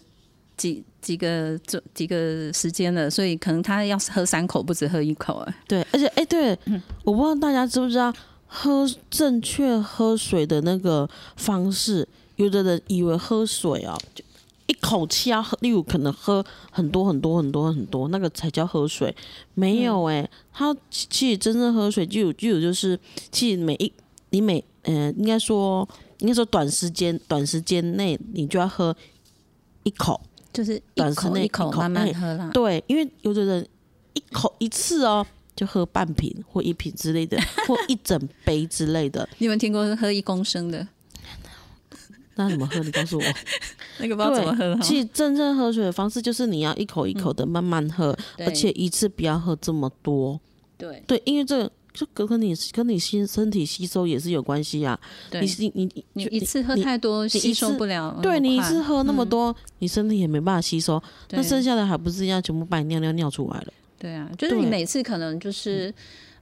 几几个这几个时间了，所以可能他要喝三口，不止喝一口哎、对，而且哎、对，我不知道大家知不知道，喝正确喝水的那个方式，有的人以为喝水哦、就一口气要喝，例如可能喝很多很多很多很多，那个才叫喝水。没有哎、他其其实真正喝水就有就有就是，其实每一你每呃应该说应该说短时间短时间内你就要喝一口。就是一短时口内一一口口慢慢哎喝啦。对，因为有的人一口一次哦，就喝半瓶或一瓶之 类的，或一整杯之类的，你有没有听过喝一公升的那怎么喝？你告诉我。那个 不知道怎么喝对，哈？其实真正喝水的方式就是你要一口一口的慢慢喝，对而且一次不要喝这么多。对对，因为这个这个跟你跟你心身体吸收也是有关系啊。对你，你你你就一次喝太多你吸收一次不了，对很你一快嗯次喝那么多，你身体也没办法吸收，那对剩下的还不是要全部把你尿尿尿出来了？对啊，就是对嗯你每次可能就是。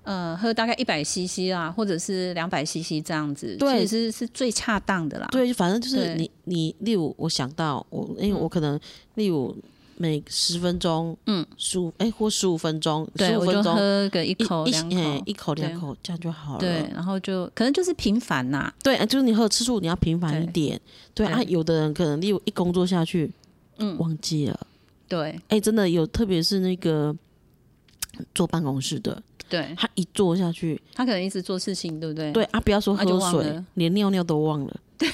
呃，喝大概一百 CC 啦，或者是两百 CC 这样子，其对实是是最恰当的啦。对，反正就对是你你，例如我想到我，因为我可能例如每十分钟，嗯，十五哎或十五分钟，对，十五我分就钟喝个一口一两哎口，一口两对口这样就好了。对，然后就可能就是频繁呐，对，啊就是你喝次数你要频繁一点。对啊，对有的人可能例如一工作下去，嗯，忘记了，对哎，真的有，特别是那个坐办公室的，对，他一坐下去，他可能一直做事情，对不对？对，啊，不要说那就喝忘水了，哎连尿尿都忘了。对，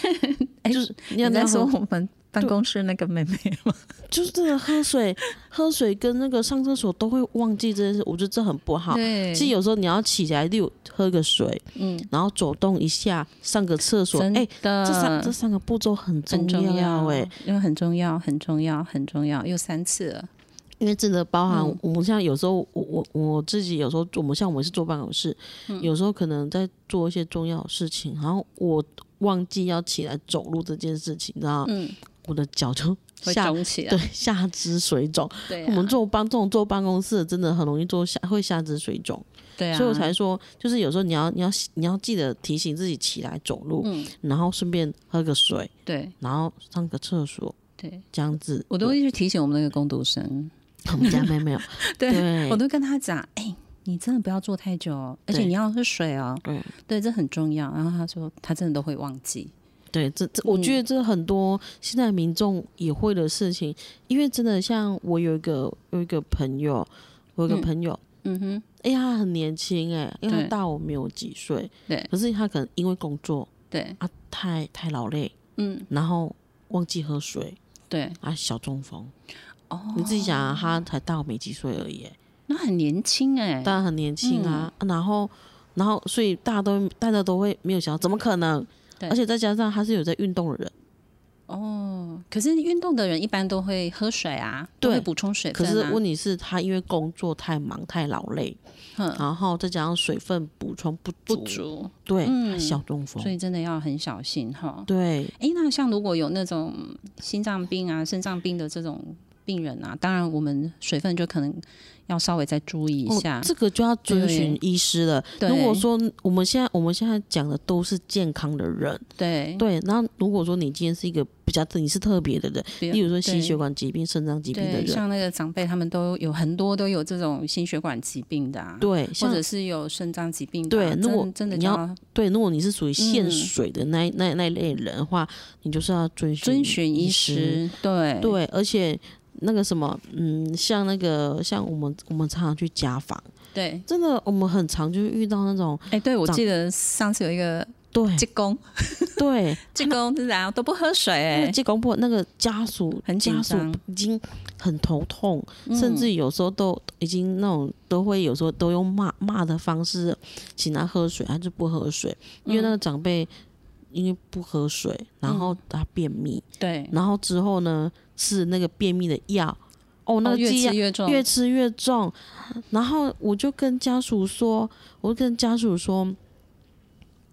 就是你尿尿在喝说我们办公室那个妹妹吗？就是真的喝水， 喝水跟那个上厕所都会忘记这件事，我觉得这很不好。对其实有时候你要起来，就喝个水，嗯，然后走动一下，上个厕所，真哎、的，这三这三个步骤很重很重要哎、因为很重要，很重要，很重要，又三次了。因为真的包嗯含我们像有时候我我我自己有时候我们像我们是坐办公室，嗯有时候可能在做一些重要的事情，然后我忘记要起来走路这件事情，然后嗯，我的脚就会下肿起来对，下肢水肿，对啊，我们坐办这种坐办公室的真的很容易坐下会下肢水肿，对啊，所以我才说，就是有时候你要你要你要记得提醒自己起来走路，嗯然后顺便喝个水，对然后上个厕所，对，这样子。我都会去提醒我们那个工读生，我们家妹妹哦，对我都跟他讲，哎、你真的不要坐太久哦，而且对你要喝水哦，对对，这很重要。然后他说，他真的都会忘记，对，这这我嗯觉得这很多现在民众也会的事情，因为真的像我有一个有一个朋友，我有一个嗯朋友，嗯哼，哎、他很年轻哎、因为对他大我没有几岁，对可是他可能因为工作对，啊太太劳累，嗯，然后忘记喝水对，啊小中风。哦，你自己想啊，他才大我没几岁而已欸，那很年轻哎、当然很年轻嗯啊。啊然后，然后，所以大家都大家都会没有想到，怎么可能？对而且再加上他是有在运动的人，哦，可是运动的人一般都会喝水啊，都对会补充水可分、啊。是问题是，他因为工作太忙太劳累，哼然后再加上水分补充啊不嗯不足，足，对，嗯他小中风所。以真的要很小心哈。对，诶，那像如果有那种心脏病啊、肾脏病的这种病人啊，当然我们水分就可能要稍微再注意一下。哦、这个就要遵循医师了。对如果说我们现在我们现在讲的都是健康的人，对对，那如果说你今天是一个比较你是特别的人，比例如说心血管管疾病、肾脏疾病的对，人，像那个长辈他们都有很多都有这种心血管疾病的啊，对，或者像是有肾脏疾病的啊、对如果真真的你就要要对，如果你是属于嗯限水的那、那那一类人的话，你就是要遵循遵循医师。师，对对，而且那个什么，嗯，像那个像我们我们常常去家访，对，真的我们很常就遇到那种哎、对我长记得上次有一个对济公，对，济公是然后都不喝水、那哎个，济公婆那个家属很紧家属张嗯已经很头痛，甚至有时候都已经那种都会有时候都用骂骂的方式请他喝水，他就不喝水，嗯因为那个长辈因为不喝水，然嗯后他便秘，对，然后之后呢吃那个便秘的药，哦，那哦个越剂吃量越重，越吃越重。然后我就跟家属说，我就跟家属说，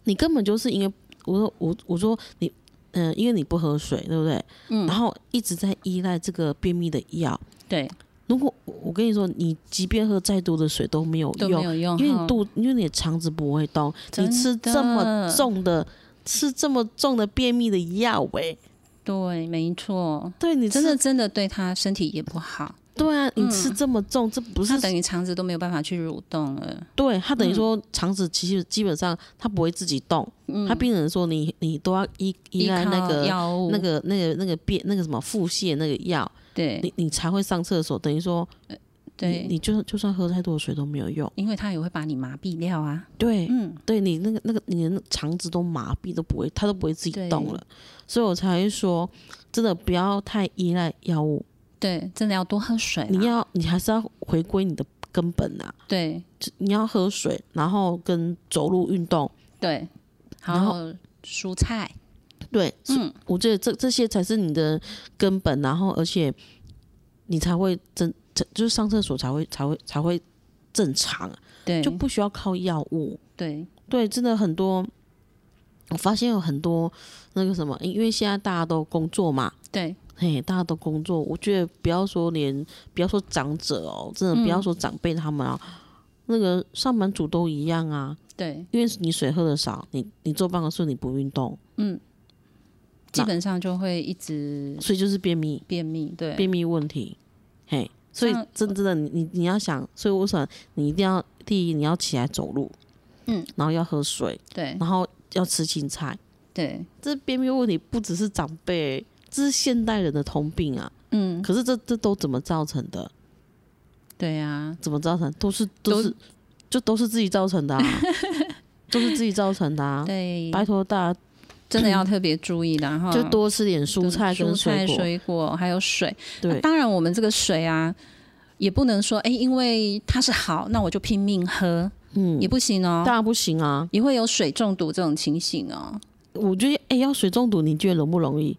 你根本就是因为我说我我说你，嗯、因为你不喝水，对不对？嗯然，后一直在依赖这个便秘的药。对，如果我我跟你说，你即便喝再多的水都没有都用，没有用，因为哈你肚，因为你的肠子不会动，你真吃这么的重的。吃这么重的便秘的药喂、对，没错，对你真的吃真的对他身体也不好，对啊，你吃这么重，这不是他等于肠子都没有办法去蠕动了，对他等于说肠子其实基本上它不会自己动，嗯，他病人说你你都要依依依赖靠那个药物那个那个那个便那个什么腹泻那个药，对你你才会上厕所，等于说你对，你就就算喝太多的水都没有用，因为他也会把你麻痹掉啊，对。嗯，对你那个那个你的那肠子都麻痹都不会，它都不会自己对动了，所以我才会说，真的不要太依赖药物，对，真的要多喝水啦，你要你还是要回归你的根本啊，对就你要喝水，然后跟走路运动，对，然然后蔬菜，对，嗯嗯，我觉得这这些才是你的根本，然后而且你才会真，真就是上厕所才会才会才会正常，啊对，就不需要靠药物。对对，真的很多，我发现有很多那个什么，因为现在大家都工作嘛，对嘿，大家都工作，我觉得不要说连不要说长者哦，真的不要说长辈他们啊，那个上班族都一样啊，对，因为你水喝的少，你你坐办公室你不运动，嗯基本上就会一直所以就是便秘。便秘，对，便秘问题，嘿，所以像真真的你你你要想，所以我想你一定要第一你要起来走路，嗯，然后要喝水，对然后要吃青菜。对，这便秘问题不只是长辈，这是现代人的通病啊。嗯，可是这这都怎么造成的？对啊，怎么造成？都是都都是就都是自己造成的、啊， 都是自己造成的、啊。对，拜托大家真的要特别注意的哈，就多吃点蔬菜跟蔬菜、水果，水果还有水。那对当然，我们这个水啊，也不能说哎、诶因为它是好，那我就拼命喝，嗯也，不行哦、当然不行啊。也会有水中毒这种情形哦、我觉得哎、要水中毒，你觉得容不容易？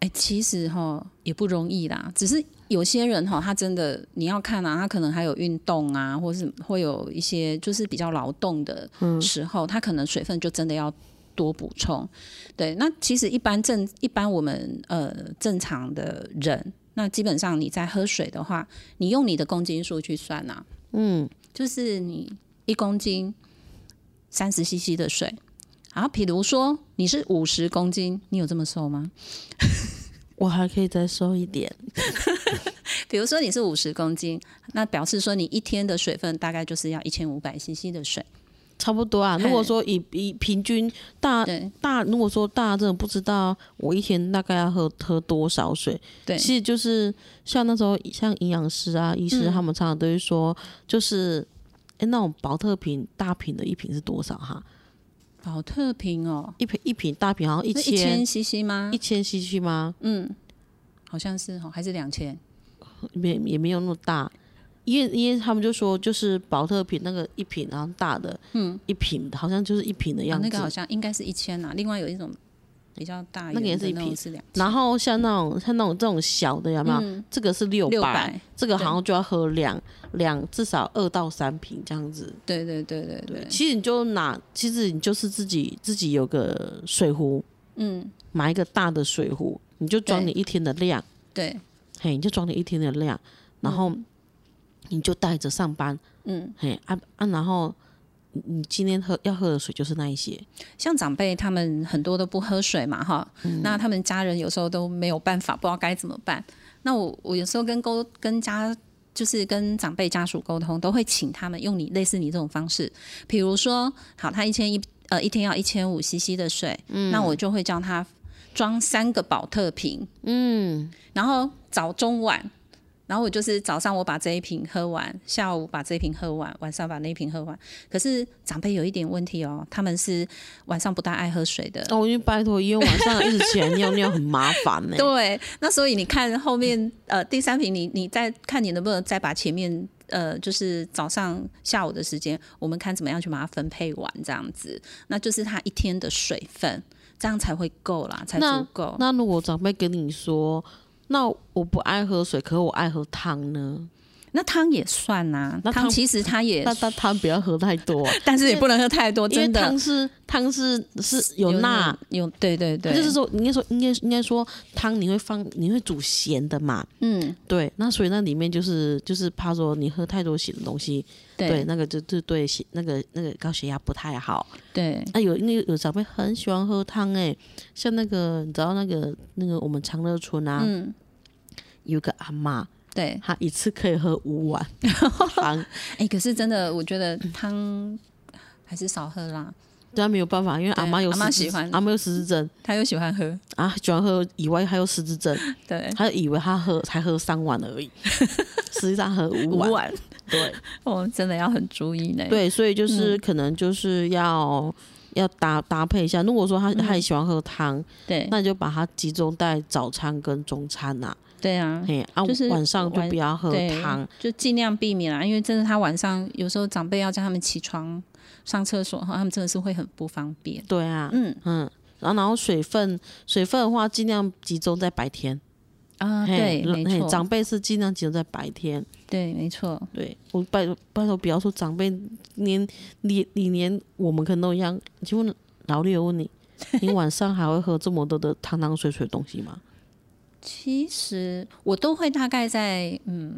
哎、其实哈也不容易啦，只是有些人哈，他真的你要看啊，他可能还有运动啊，或是会有一些就是比较劳动的时候，他可能水分就真的要多补充。对，那其实一般正一般我们呃正常的人，那基本上你在喝水的话，你用你的公斤数去算啊，嗯，就是你一公斤三十 CC 的水。然后，比如说你是五十公斤，你有这么瘦吗？我还可以再瘦一点。比如说你是五十公斤，那表示说你一天的水分大概就是要一千五百 CC 的水。差不多啊。嘿如果说以以平均大对大，如果说大家真的不知道我一天大概要喝喝多少水，对其实就是像那时候像营养师啊、医师嗯他们常常都会说，就是哎、诶那种保特瓶大瓶的一瓶是多少哈？保特瓶哦，一瓶一瓶大瓶好像一那一千千 CC 吗一？千 cc 吗？嗯，好像是哦，还是两千？没也没有那么大。因为因为他们就说，就是保特瓶那个一瓶，然后大的，嗯，一瓶好像就是一瓶的啊样，子，那个好像应该是一千啊。另外有一种比较大那个也圆是的一那瓶种是两千，然后像那种像那种这种小的有没有？嗯这个是六600这个对好像就要喝两两至少二到三瓶这样子。对对对对对，其实你就拿，其实你就是自己自己有个水壶，嗯，买一个大的水壶，你就装对你一天的量，对，嘿，你就装你一天的量，然后你就带着上班，嗯，嘿啊啊，然后你你今天喝要喝的水就是那一些，像长辈他们很多都不喝水嘛，哈，那他们家人有时候都没有办法，不知道该怎么办。那我我有时候跟沟跟家就是跟长辈家属沟通，都会请他们用你类似你这种方式，比如说，好，他一千一呃一天要一千五 CC 的水，那我就会叫他装三个保特瓶，嗯，然后早中晚，然后我就是早上我把这一瓶喝完，下午把这一瓶喝完，晚上把那一瓶喝完。可是长辈有一点问题哦，他们是晚上不大爱喝水的。哦，因为拜托，因为晚上一直起来尿尿很麻 烦欸呢、对，那所以你看后面呃第三瓶你，你再看你能不能再把前面呃就是早上下午的时间，我们看怎么样去把它分配完这样子，那就是他一天的水分，这样才会够啦，才那足够。那如果长辈跟你说，那我不爱喝水，可我爱喝汤呢？那汤也算呐、那汤汤其实它也那那汤不要喝太多啊、但是也不能喝太多， 因为真的汤是汤是是有钠，那种有对对对，就是说应该说应该应该说汤你会放你会煮咸的嘛，嗯，对，那所以那里面就是就是怕说你喝太多咸的东西，对对，那个就就对血那个那个高血压不太好。对那有那个有长辈很喜欢喝汤哎、像那个你知道那个那个我们长乐村啊，嗯有个阿嬷，对，她一次可以喝 五碗汤，哎、可是真的，我觉得汤还是少喝啦。但啊没有办法，因为对阿妈有阿嬷失智喜欢阿妈有失智症他又喜欢喝，啊，喜欢喝以外还有失智症，对，她以为她喝才喝三碗 而已，实际上喝五碗。碗，对哦，真的要很注意呢。，对，所嗯以就是可能就是要。要搭搭配一下，如果说她她也喜欢喝汤，嗯对，那你就把它集中在早餐跟中餐呐、对啊，嘿啊，就是晚上就晚不要喝对汤，就尽量避免啦，因为真的他晚上有时候长辈要叫他们起床上厕所，哈，他们真的是会很不方便。对啊，嗯嗯，然后然后水分水分的话，尽量集中在白天，啊，嘿对，没嘿错，长辈是尽量集中在白天，对，没错，对我拜拜托不要说长辈，连你你连我们可能都一样，你就问老六问 你，你晚上还会喝这么多的汤汤水水的东 西吗？其实我都会大概在嗯，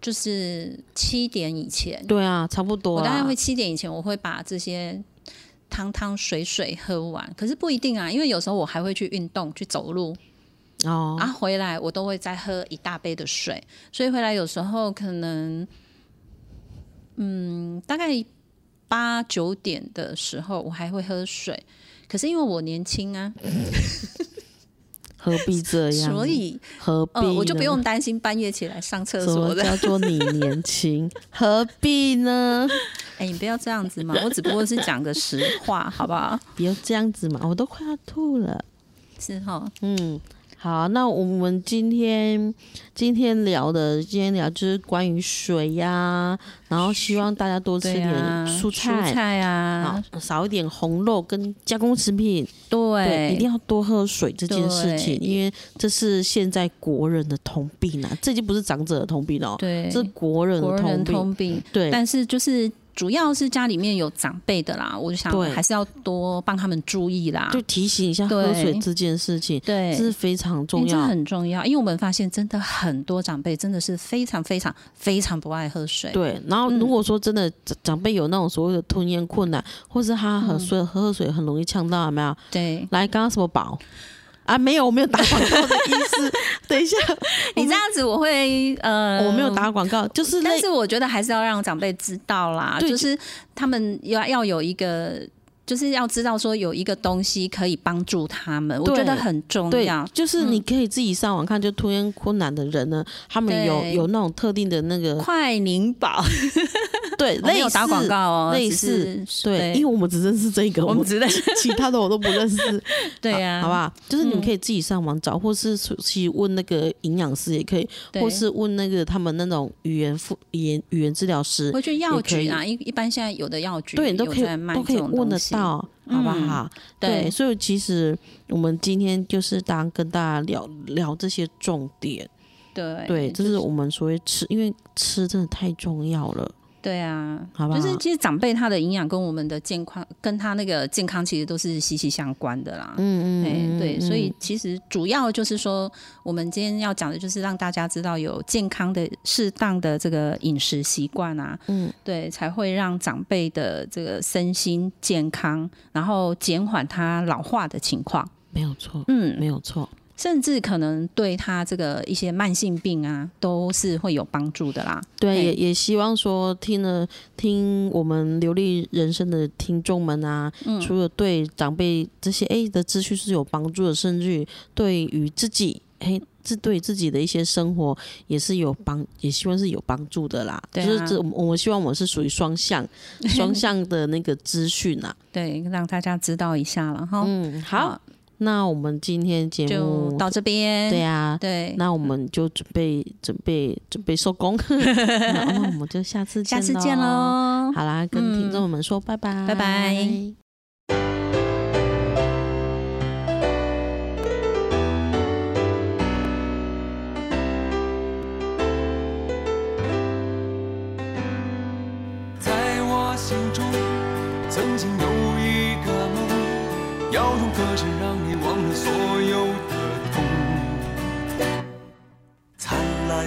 就是七点以前，对啊，差不多我大概啦会七点以前，我会把这些汤汤水水喝完。可是不一定啊，因为有时候我还会去运动，去走路哦，啊，回来我都会再喝一大杯的水。所以回来有时候可能，嗯，大概八九点的时候，我还会喝水。可是因为我年轻啊，何必这样？所以何必、呃，我就不呢用担心半夜起来上厕什所么的。叫做你 年轻？何必呢？ 哎、你不要这样子嘛，我只不过是讲个实话，好不好？不要这样子嘛，我都快要吐了。是哈，嗯，好，那我们今天今天聊的，今天聊就是关于水呀、然后希望大家多吃对点啊，蔬蔬菜。菜好啊，，少一点红肉跟加工食品，对，一定要多喝水这件事情，对因为这是现在国人的通病啊，这已经不是长者的通病哦，对，这是国人国的人通病。通病，对，但是就是主要是家里面有长辈的啦，我就想对还是要多帮他们注意啦，就提醒一下对喝水这件事情，对这，是非常因重为这要。很重要，因为我们发现真的很多长辈真的是非常非常非常不爱喝水，对，然后嗯如果说真的长长辈有那种所谓的吞咽困难，或是他嗯喝水、喝水很容易呛到，有没有？对，来，刚刚什 么宝啊？没有，我没有打广告的意思。等 一下，你这样子我会呃，我没有打广告，就是那但是我觉得还是要让长辈知道啦，对就是他们要要有一个，就是要知道说有一个东西可以帮助他们，我对觉得很重对要，。嗯就是你可以自己上网看，就吞咽困难的人呢，他们有对有那种特定的那个快宁宝，对，我没类有似打广告哦类只似是对，对因为我们只认识这个，我们只认识其他的我都不认识。对啊嗯呀、啊好不好？就是你们可以自己上网找，或是去问那个营养师也可以，对或是问那个他们那种语言复语言语言治疗师回，去药也可局以啊，一一般现在有的药局对你都有可以在卖都可以这种问得东西嗯到，好不好？对对，所以其实我们今天就是当跟大家聊聊这些重点，对对，就这是是我们所谓吃，因为吃真的太重要了。对啊，好不就是好其实长辈他的营养跟我们的健康，跟他那个健康其实都是息息相关的啦。嗯哎，嗯，对，嗯所以其实主要就是说，我们今天要讲的就是让大家知道有健康的、适当的这个饮食习惯啊，嗯，对，才会让长辈的这个身心健康，然后减缓他老化的情况，没有错，没嗯，有错，甚至可能对他这个一些慢性病啊，都是会有帮助的啦。对，嘿也也希望说听了听我们流利人生的听众们啊，嗯除了对长辈这些哎的资讯是有帮助的，甚至于对于自己哎。这对自己的一些生活也是有帮，也希望是有帮助的啦。对啊就是这，我们我们希望我们是属于 双向双向的那个资讯啊。对，让大家知道一下了哈。嗯，好，，那我们今天节目就到这边。对啊，对，那我们就准备准备准备收工， 那那我们就下次下见，次见。喽。好啦，跟听众们说拜拜，嗯拜拜。在我心中，曾经有一个梦，要用歌声让你忘了所有的痛。灿烂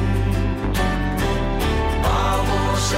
把握生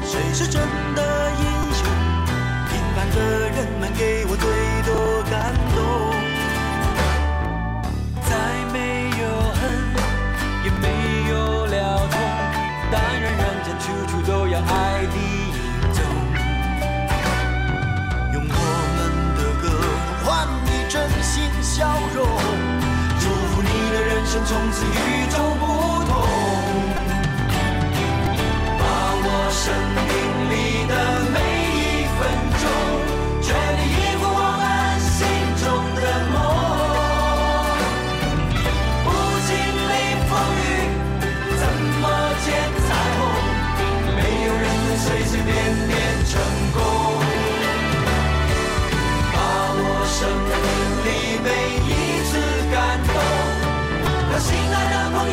谁是真的英雄？平凡的人们给我最多感动。再没有恨，也没有了痛，但愿人间处处都有爱的影踪。用我们的歌换你真心笑容，祝福你的人生从此与众不同。把握生命里的每一分钟，全力以赴我们心中的梦。不经历风雨，怎么见彩虹？没有人能随随便便成功。把握生命里每一次感动，和心爱的朋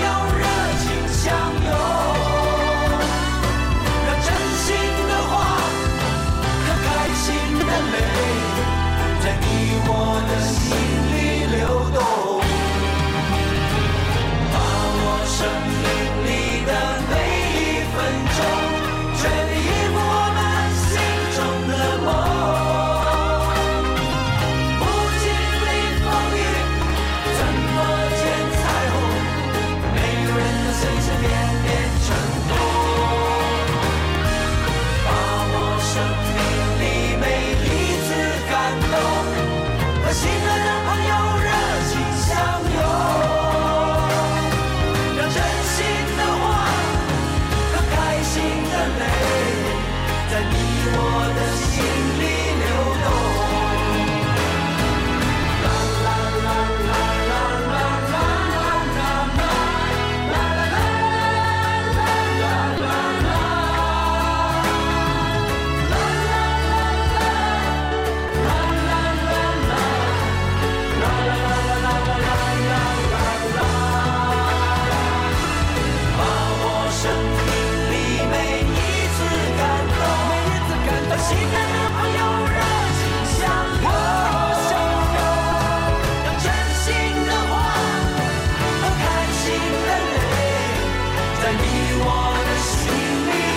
and you wanna see me